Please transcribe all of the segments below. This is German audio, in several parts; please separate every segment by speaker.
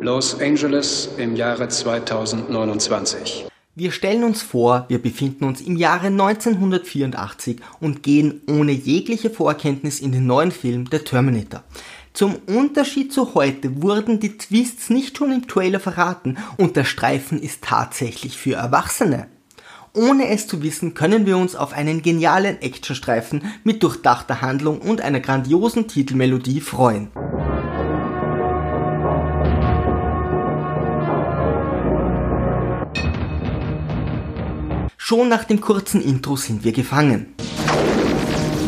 Speaker 1: Los Angeles im Jahre 2029.
Speaker 2: Wir stellen uns vor, wir befinden uns im Jahre 1984 und gehen ohne jegliche Vorkenntnis in den neuen Film Der Terminator. Zum Unterschied zu heute wurden die Twists nicht schon im Trailer verraten und der Streifen ist tatsächlich für Erwachsene. Ohne es zu wissen, können wir uns auf einen genialen Actionstreifen mit durchdachter Handlung und einer grandiosen Titelmelodie freuen. Schon nach dem kurzen Intro sind wir gefangen.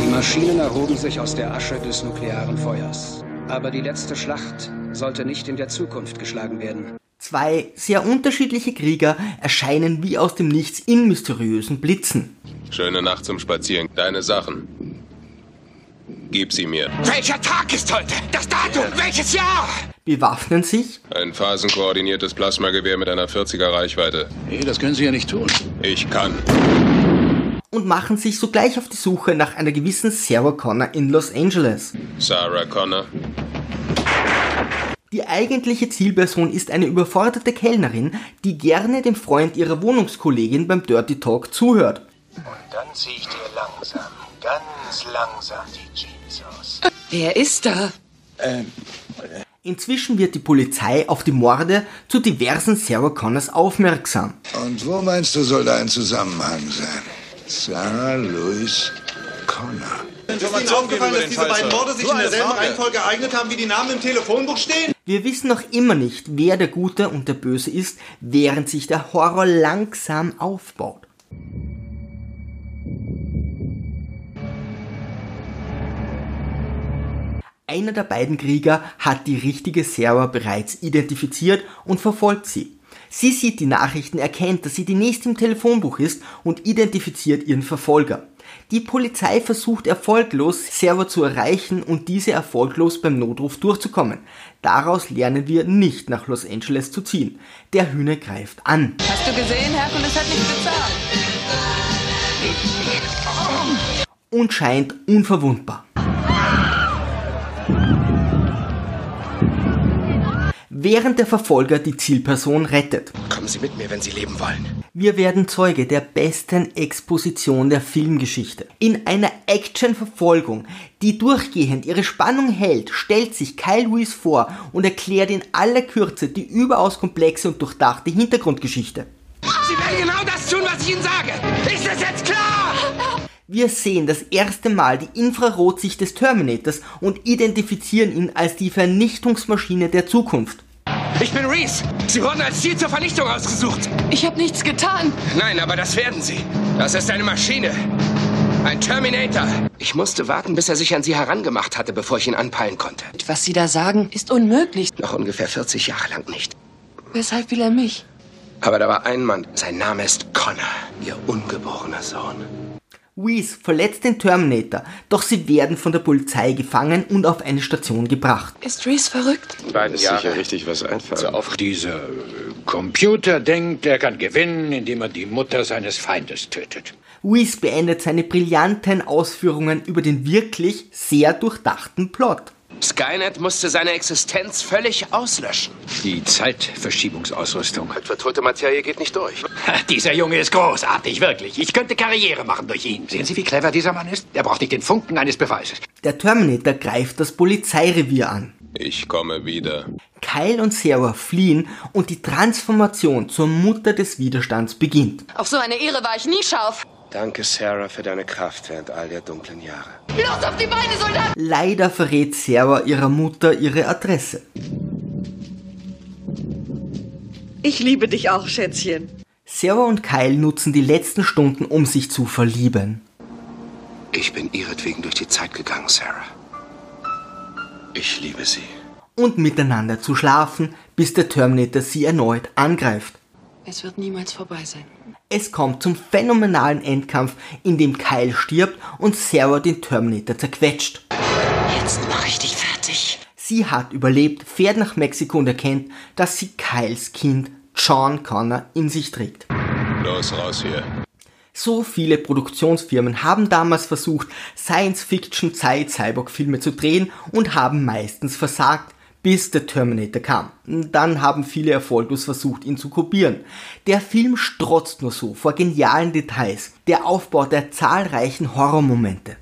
Speaker 1: Die Maschinen erhoben sich aus der Asche des nuklearen Feuers. Aber die letzte Schlacht sollte nicht in der Zukunft geschlagen werden.
Speaker 2: Zwei sehr unterschiedliche Krieger erscheinen wie aus dem Nichts in mysteriösen Blitzen.
Speaker 3: Schöne Nacht zum Spazieren. Deine Sachen. Gib sie mir.
Speaker 4: Welcher Tag ist heute? Das Datum? Welches Jahr?
Speaker 2: Bewaffnen sich,
Speaker 3: Ein phasenkoordiniertes Plasmagewehr mit einer 40er Reichweite.
Speaker 5: Nee, das können Sie ja nicht tun.
Speaker 3: Ich kann.
Speaker 2: und machen sich sogleich auf die Suche nach einer gewissen Sarah Connor in Los Angeles.
Speaker 3: Sarah Connor.
Speaker 2: Die eigentliche Zielperson ist eine überforderte Kellnerin, die gerne dem Freund ihrer Wohnungskollegin beim Dirty Talk zuhört.
Speaker 6: Und dann ziehe ich dir langsam, ganz langsam die Jeans aus.
Speaker 7: Wer ist da?
Speaker 2: Inzwischen wird die Polizei auf die Morde zu diversen Sarah Connors aufmerksam.
Speaker 5: Und wo meinst du, soll da ein Zusammenhang sein? Sarah Louis Connor.
Speaker 8: Ist Ihnen aufgefallen, dass diese beiden Morde sich in derselben Reihenfolge ereignet haben, wie die Namen im Telefonbuch stehen?
Speaker 2: Wir wissen noch immer nicht, wer der Gute und der Böse ist, während sich der Horror langsam aufbaut. Einer der beiden Krieger hat die richtige Sarah bereits identifiziert und verfolgt sie. Sie sieht die Nachrichten, erkennt, dass sie die nächste im Telefonbuch ist und identifiziert ihren Verfolger. Die Polizei versucht erfolglos, Sarah zu erreichen und diese erfolglos beim Notruf durchzukommen. Daraus lernen wir nicht nach Los Angeles zu ziehen. Der Hühner greift an.
Speaker 7: Hast du gesehen, Herkules hat nicht bezahlt.
Speaker 2: und scheint unverwundbar. Während der Verfolger die Zielperson rettet.
Speaker 4: Kommen Sie mit mir, wenn Sie leben wollen.
Speaker 2: Wir werden Zeuge der besten Exposition der Filmgeschichte. In einer Action-Verfolgung, die durchgehend ihre Spannung hält, stellt sich Kyle Reese vor und erklärt in aller Kürze die überaus komplexe und durchdachte Hintergrundgeschichte.
Speaker 4: Sie werden genau das tun, was ich Ihnen sage. Ist das jetzt klar?
Speaker 2: Wir sehen das erste Mal die Infrarotsicht des Terminators und identifizieren ihn als die Vernichtungsmaschine der Zukunft.
Speaker 4: Ich bin Reese. Sie wurden als Ziel zur Vernichtung ausgesucht.
Speaker 7: Ich habe nichts getan.
Speaker 4: Nein, aber das werden Sie. Das ist eine Maschine. Ein Terminator. Ich musste warten, bis er sich an Sie herangemacht hatte, bevor ich ihn anpeilen konnte.
Speaker 7: Was Sie da sagen, ist unmöglich.
Speaker 4: Noch ungefähr 40 Jahre lang nicht.
Speaker 7: Weshalb will er mich?
Speaker 4: Aber da war ein Mann. Sein Name ist Connor, Ihr ungeborener Sohn.
Speaker 2: Reese verletzt den Terminator, doch sie werden von der Polizei gefangen und auf eine Station gebracht.
Speaker 7: Ist Reese verrückt?
Speaker 3: Beiden Jahren. sicher richtig was einfallen.
Speaker 6: Auf dieser Computer denkt, er kann gewinnen, indem er die Mutter seines Feindes tötet.
Speaker 2: Reese beendet seine brillanten Ausführungen über den wirklich sehr durchdachten Plot.
Speaker 4: Skynet musste seine Existenz völlig auslöschen.
Speaker 6: Die Zeitverschiebungsausrüstung.
Speaker 4: Vertote Materie geht nicht durch.
Speaker 6: Dieser Junge ist großartig, wirklich. Ich könnte Karriere machen durch ihn. Sehen Sie, wie clever dieser Mann ist? Er braucht nicht den Funken eines Beweises.
Speaker 2: Der Terminator greift das Polizeirevier an.
Speaker 3: Ich komme wieder.
Speaker 2: Kyle und Sarah fliehen und die Transformation zur Mutter des Widerstands beginnt.
Speaker 7: Auf so eine Ehre war ich nie scharf.
Speaker 4: Danke, Sarah, für deine Kraft während all der dunklen Jahre.
Speaker 7: Los auf die Beine, Soldat!
Speaker 2: Leider verrät Sarah ihrer Mutter ihre Adresse.
Speaker 9: Ich liebe dich auch, Schätzchen.
Speaker 2: Sarah und Kyle nutzen die letzten Stunden, um sich zu verlieben.
Speaker 4: Ich bin ihretwegen durch die Zeit gegangen, Sarah. Ich liebe sie.
Speaker 2: Und miteinander zu schlafen, bis der Terminator sie erneut angreift.
Speaker 7: Es wird niemals vorbei sein.
Speaker 2: Es kommt zum phänomenalen Endkampf, in dem Kyle stirbt und Sarah den Terminator zerquetscht.
Speaker 7: Jetzt mache ich dich fertig.
Speaker 2: Sie hat überlebt, fährt nach Mexiko und erkennt, dass sie Kyles Kind John Connor in sich trägt.
Speaker 3: Los, raus hier.
Speaker 2: So viele Produktionsfirmen haben damals versucht, Science-Fiction-Zeit-Cyborg-Filme zu drehen und haben meistens versagt, bis der Terminator kam. Dann haben viele erfolglos versucht, ihn zu kopieren. Der Film strotzt nur so vor genialen Details. Der Aufbau der zahlreichen Horrormomente.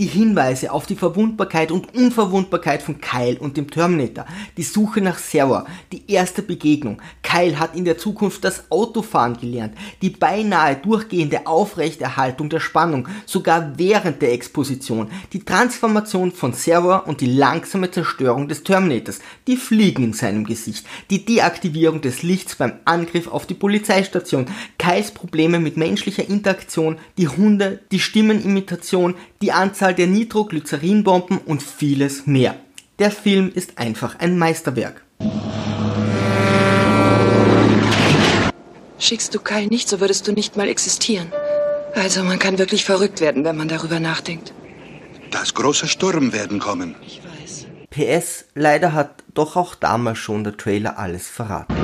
Speaker 2: Die Hinweise auf die Verwundbarkeit und Unverwundbarkeit von Kyle und dem Terminator, die Suche nach Server, die erste Begegnung. Kyle hat in der Zukunft das Autofahren gelernt, die beinahe durchgehende Aufrechterhaltung der Spannung, sogar während der Exposition, die Transformation von Server und die langsame Zerstörung des Terminators, die Fliegen in seinem Gesicht, die Deaktivierung des Lichts beim Angriff auf die Polizeistation, Kyles Probleme mit menschlicher Interaktion, die Hunde, die Stimmenimitation, die Anzahl der Nitroglycerinbomben und vieles mehr. Der Film ist einfach ein Meisterwerk.
Speaker 7: Schickst du Kyle nicht, so würdest du nicht mal existieren. Also man kann wirklich verrückt werden, wenn man darüber nachdenkt.
Speaker 5: Das große Sturm werden kommen.
Speaker 7: Ich weiß.
Speaker 2: PS, leider hat doch auch damals schon der Trailer alles verraten.